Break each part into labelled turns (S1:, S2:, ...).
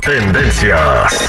S1: Tendencias.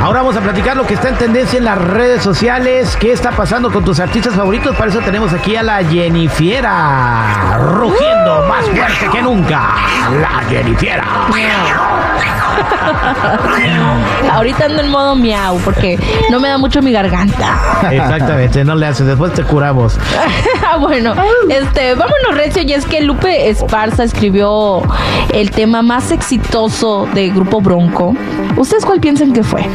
S2: Ahora vamos a platicar lo que está en tendencia en las redes sociales. ¿Qué está pasando con tus artistas favoritos? Para eso tenemos aquí a la Jennifiera. Rugiendo más fuerte que nunca. La Jennifiera.
S3: Ahorita ando en modo miau porque no me da mucho mi garganta. Ah,
S2: Exactamente, no le haces. Después te curamos.
S3: bueno, este, vámonos recio y es que Lupe Esparza escribió el tema más exitoso de Grupo Bronco. ¿Ustedes cuál piensan que fue?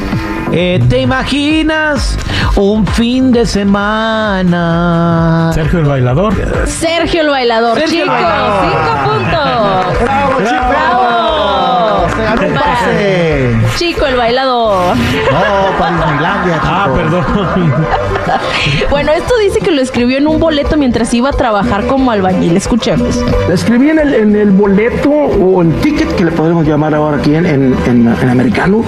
S2: Eh, ¿Te imaginas un fin de semana?
S4: Sergio el bailador.
S3: Sergio el bailador,
S2: Sergio el
S3: chicos,
S2: Bailador.
S3: cinco puntos.
S2: ¡Bravo,
S3: Bravo.
S2: Se ganó un
S3: Para-
S2: pase.
S3: Chico el bailador.
S2: No, para Disneylandia,
S4: Ah,
S2: chico.
S4: perdón.
S3: Bueno, esto dice que lo escribió en un boleto mientras iba a trabajar como albañil. Escuchemos.
S5: La escribí en el, en el boleto o el ticket que le podemos llamar ahora aquí en, en- en- en americano,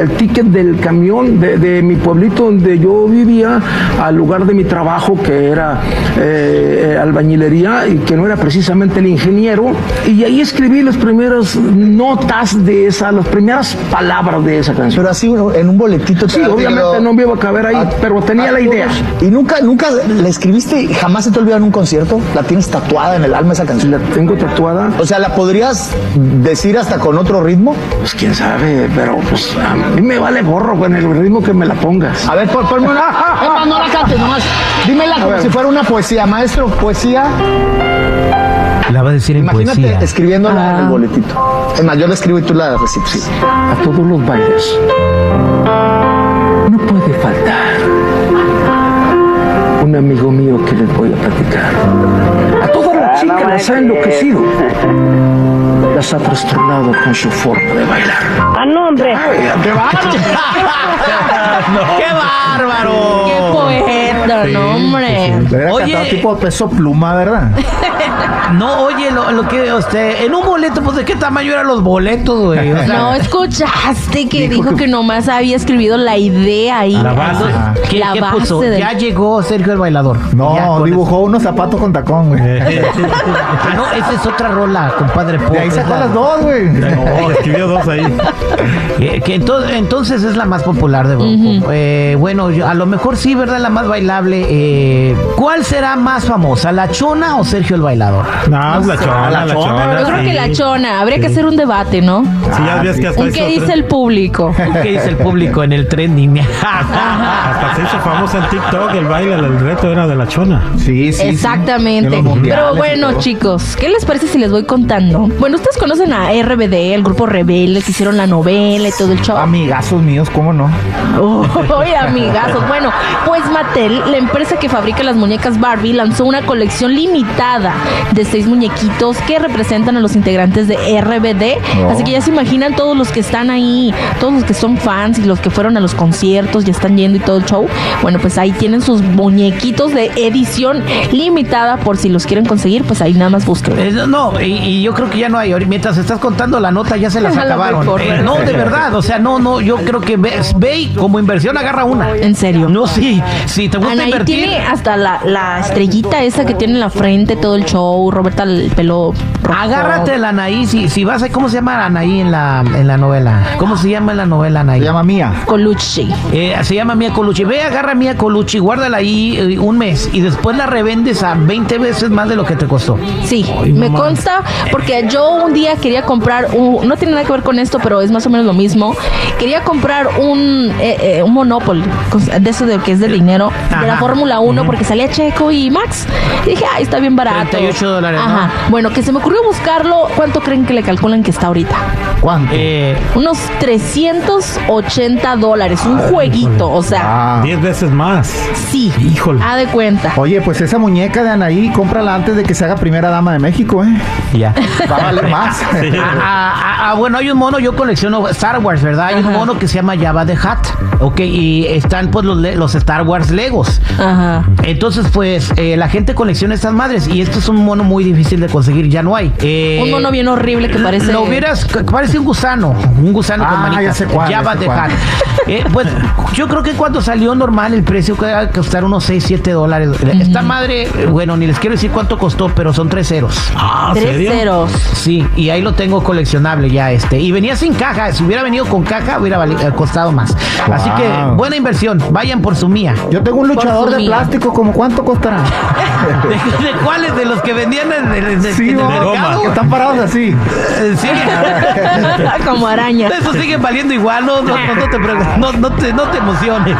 S5: el ticket del camión de, de mi pueblito donde yo vivía al lugar de mi trabajo que era eh, eh, albañilería y que no era precisamente el ingeniero. Y ahí escribí las primeras notas de esa, las primeras palabras de esa canción.
S6: Pero así uno, en un boletito. te
S5: Sí,
S6: lo-
S5: obviamente no me iba a caber ahí,
S6: a-
S5: pero tenía
S6: a
S5: la
S6: todos.
S5: idea.
S6: ¿Y nunca, nunca la escribiste y jamás se te olvidó en un concierto? ¿La tienes tatuada en el alma esa canción?
S5: La tengo tatuada.
S6: O sea, ¿la podrías decir hasta con otro ritmo?
S5: Pues quién sabe, pero pues a mí me vale borro con el ritmo que me la pongas.
S6: A ver, pon- ponme una. Es más, no la cantes nomás. Dímela como
S5: ver.
S6: si fuera una poesía. Maestro, poesía.
S2: La va a decir en
S6: Imagínate
S2: poesía.
S6: escribiéndola
S3: Ah.
S6: en el boletito. Es más, yo la escribo y tú la recitas.
S5: A todos los bailes no puede faltar un amigo mío que les voy a platicar. A todas las chicas las ha enloquecido, las ha trastornado con su forma de bailar.
S7: Ah, no, hombre.
S2: ¡Qué bárbaro!
S3: ¡Qué poeta, no, hombre!
S2: Oye,
S6: peso pluma, ¿verdad?
S2: no, oye, lo, lo que usted, en un boleto, pues de qué tamaño eran los boletos, güey. O sea,
S3: No escuchaste que dijo, que... nomás había escribido la idea ahí.
S4: La base.
S2: ¿qué,
S3: la
S2: qué
S3: base
S2: puso?
S3: del-
S2: Ya llegó Sergio el bailador. Ya con
S6: unos zapatos con tacón, güey.
S2: eso. Ah, no, esa es otra rola, compadre. pues,
S6: De ahí sacó
S2: Pobre.
S6: las dos, güey.
S4: No, escribió dos ahí.
S2: Eh, que ento- entonces es la más popular de Bronco. Eh, bueno, yo- a lo mejor sí, ¿verdad? La más bailable. eh, ¿Cuál será más famosa, la chona o Sergio el bailador?
S4: No, la chona, la chona.
S3: Yo creo que
S4: sí.
S3: la chona, habría que hacer un debate, ¿no?
S4: Sí, ya ves que hasta
S3: ¿Un qué
S4: hizo
S3: dice
S4: tre-
S3: el público?
S2: ¿Qué dice el público en el tren, niña?
S4: Hasta se hizo famosa en TikTok el baile, el reto era de la chona.
S6: Sí,
S3: Exactamente. Pero bueno, chicos, ¿qué les parece si les voy contando? Bueno, ustedes conocen a RBD, el grupo Rebelde, que hicieron la novela y todo el show.
S6: Amigazos míos, ¿cómo no?
S3: Oye, amigazos. Bueno, pues Mattel, la empresa que fabrica las muñecas Barbie, lanzó una colección limitada de seis muñequitos que representan a los integrantes de RBD.
S6: Oh.
S3: Así que ya se imaginan todos los que están ahí, todos los que son fans y los que fueron a los conciertos, ya están yendo y todo el show. Bueno, pues ahí tienen sus muñequitos de edición limitada por si los quieren conseguir, pues ahí nada más busquen.
S2: Eh, no, no, y, y yo creo que ya no hay. Ahorita- Mientras estás contando la nota, ya se las
S3: A lo
S2: acabaron.
S3: mejor,
S2: Eh,
S3: ¿verdad?
S2: no, de verdad, o sea, no, no, yo creo que ve, ve y como inversión agarra una.
S3: En serio.
S2: No, sí, sí, te gusta
S3: Anaí
S2: invertir.
S3: tiene hasta la, la estrellita esa que tiene en la frente, todo el show, Roberta el pelo rojo.
S2: Agárrate la Anaí, si, si vas a... ¿Cómo se llama Anaí en la, en la novela? ¿Cómo se llama en la novela Anaí?
S6: Se llama Mía.
S3: Colucci.
S2: Eh, se llama Mia Colucci. Ve, agarra a Mia Colucci, guárdala ahí eh, un mes y después la revendes a 20 veces más de lo que te costó.
S3: Sí, me consta porque yo un día quería comprar un, no tiene nada que ver con esto, pero es más o menos lo mismo. Quería comprar un eh, eh, un Monopoly cos- de eso de que es de dinero de la
S2: Eh, Ajá.
S3: Fórmula 1 porque salía Checo y Max. Y dije, "Ay, está bien barato."
S2: 38 8 dólares, ¿no?
S3: Ajá. Bueno, que se me ocurrió buscarlo. ¿Cuánto creen que le calculan que está ahorita?
S6: ¿Cuánto?
S2: Eh,
S3: Unos 380 dólares. Un jueguito. O sea,
S6: Ah.
S4: Diez veces más.
S3: sí.
S4: Híjole.
S3: Ha de cuenta.
S6: Oye, pues esa muñeca de Anaí, cómprala antes de que se haga primera dama de México, ¿eh?
S2: ya.
S6: Va a valer más.
S2: Ah, ah, ah, ah, bueno, hay un mono, yo colecciono Star Wars, ¿verdad? Hay un
S3: Ajá.
S2: mono que se llama Java the Hat, ¿ok? Y están pues los, le- los Star Wars Legos.
S3: Ajá.
S2: Entonces, pues, eh, la gente colecciona estas madres y esto es un mono muy difícil de conseguir, ya no hay. Eh,
S3: Un mono bien horrible que parece.
S2: Lo hubieras, que parece un gusano, un gusano
S6: Ah,
S2: con manitas.
S6: ya sé cuál, ya
S2: va a
S6: sé cuál.
S2: dejar. Eh, pues yo creo que cuando salió normal el precio que iba a costar unos 6, 7 dólares. Esta madre, eh, bueno, ni les quiero decir cuánto costó, pero son tres ceros.
S4: Ah,
S3: Tres
S4: ¿serio?
S3: ceros.
S2: Sí, y ahí lo tengo coleccionable ya este. Y venía sin caja, si hubiera venido con caja hubiera vali- eh, costado más. Así que
S6: Wow.
S2: buena inversión, vayan por su mía.
S6: Yo tengo un luchador
S3: su
S6: de
S3: vida.
S6: plástico, ¿cómo cuánto costará?
S2: ¿De, de cuáles? ¿De los que vendían en, el- en el-
S6: Sí,
S2: en el
S6: ¿no?
S4: de goma.
S2: mercado?
S6: Que están parados así.
S2: Eh, Sí.
S3: Como araña.
S2: Eso sigue valiendo igual, no, no, no, no te, pre- no, no te, no te emociones.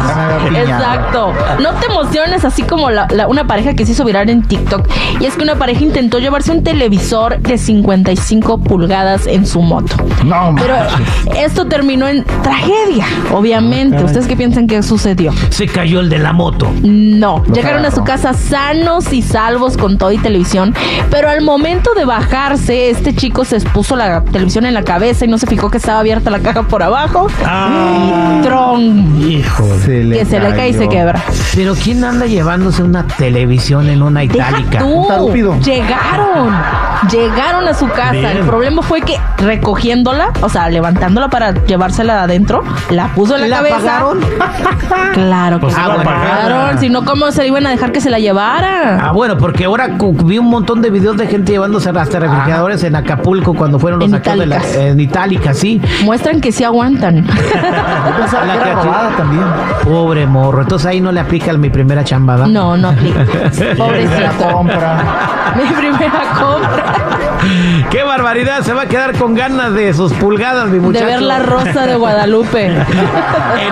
S3: Exacto. No te emociones así como la, la- una pareja que se hizo viral en TikTok. Y es que una pareja intentó llevarse un televisor de 55 pulgadas en su moto.
S6: No,
S3: Pero
S6: manches.
S3: esto terminó en tragedia, obviamente. ¿Ustedes qué piensan que sucedió?
S2: Se cayó el de la moto.
S3: No,
S6: Los
S3: llegaron a
S6: agarró.
S3: su casa sanos y salvos con todo y televisión, pero al momento de bajarse, este chico se expuso la televisión en la cabeza y no se fijó que estaba abierta la caja por abajo.
S4: Ah.
S3: Y tron,
S4: Híjole.
S6: Se le
S3: que se le cae y se
S6: cayó.
S3: quebra.
S2: Pero ¿quién anda llevándose una televisión en una itálica?
S3: Deja
S6: Está
S3: tú.
S6: estúpido.
S3: Llegaron. Llegaron a su casa.
S4: Bien.
S3: El problema fue que recogiéndola, o sea, levantándola para llevársela de adentro, la puso en la,
S2: ¿La
S3: cabeza.
S2: apagaron? Ah,
S3: Claro que
S4: Pues
S3: la
S4: iba a apagarla.
S3: apagaron. Si no, ¿cómo se le iban a dejar que se la llevara?
S2: Ah, bueno, porque ahora cu- vi un montón de videos de gente llevándose hasta refrigeradores en Acapulco cuando fueron los
S3: En
S2: saqueos de la,
S3: itálicas.
S2: en Itálica, sí.
S3: Muestran que sí aguantan.
S6: Yo pensaba
S2: La
S6: que era
S2: criatura.
S6: robada también.
S2: Pobre morro. Entonces ahí no le aplica mi primera chambada.
S3: No, no aplica.
S6: La
S3: Pobrecito.
S6: compra.
S3: Mi primera compra
S2: ¡Qué barbaridad! Se va a quedar con ganas de sus pulgadas, mi muchacho.
S3: de ver la rosa de Guadalupe.
S2: En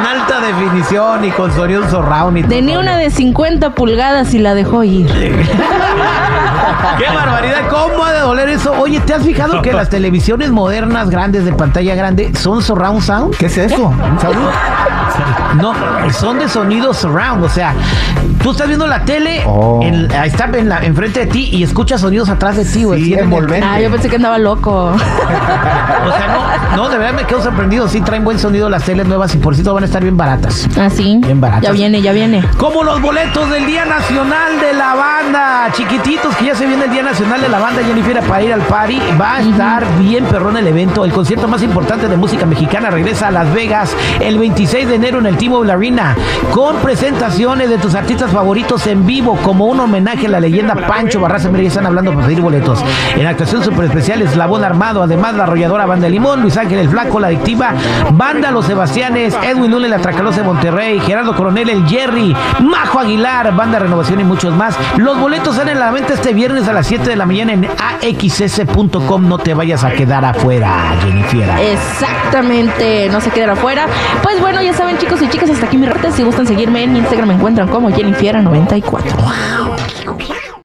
S2: alta definición y con sonido surround y todo.
S3: Tenía una de 50 pulgadas y la dejó ir.
S2: ¡Qué barbaridad! ¿Cómo ha de doler eso? Oye, ¿te has fijado que las televisiones modernas grandes de pantalla grande son surround sound?
S6: ¿Qué es eso? ¿Salud?
S2: No, son de sonido surround, o sea, tú estás viendo la tele,
S6: Oh.
S2: en- ahí está en la- enfrente de ti y escuchas sonidos atrás de ti, güey.
S6: Sí,
S2: Tienen-
S6: envolvente.
S3: Ah, yo pensé que andaba loco.
S2: O sea, no, no, de verdad me quedo sorprendido, sí traen buen sonido las teles nuevas y por cierto van a estar bien baratas.
S3: Así.
S2: Bien baratas.
S3: Ah, ya viene, ya viene.
S2: Como los boletos del Día Nacional de la Banda, chiquititos, que ya se viene el Día Nacional de la Banda, Jennifer, para ir al party. Va a estar bien perrón el evento. El concierto más importante de música mexicana regresa a Las Vegas el 26 de enero en el Timo de la Arena, con presentaciones de tus artistas favoritos en vivo, como un homenaje a la leyenda Pancho Barraza. Mira, ya están hablando para pedir boletos. En actuación super especial, Eslabón Armado, además la arrolladora Banda de Limón, Luis Ángel el Flaco, la adictiva, Banda Los Sebastianes, Edwin Lule, la Tracalosa de Monterrey, Gerardo Coronel, el Jerry, Majo Aguilar, Banda Renovación y muchos más. Los boletos salen a la venta este viernes a las 7 de la mañana en axs.com. No te vayas a quedar afuera, Jennifer.
S3: Exactamente, no se queden afuera. Pues bueno, ya saben, chicos y chicas, hasta aquí mi rata. Si gustan seguirme en Instagram, me encuentran como Jennifer94.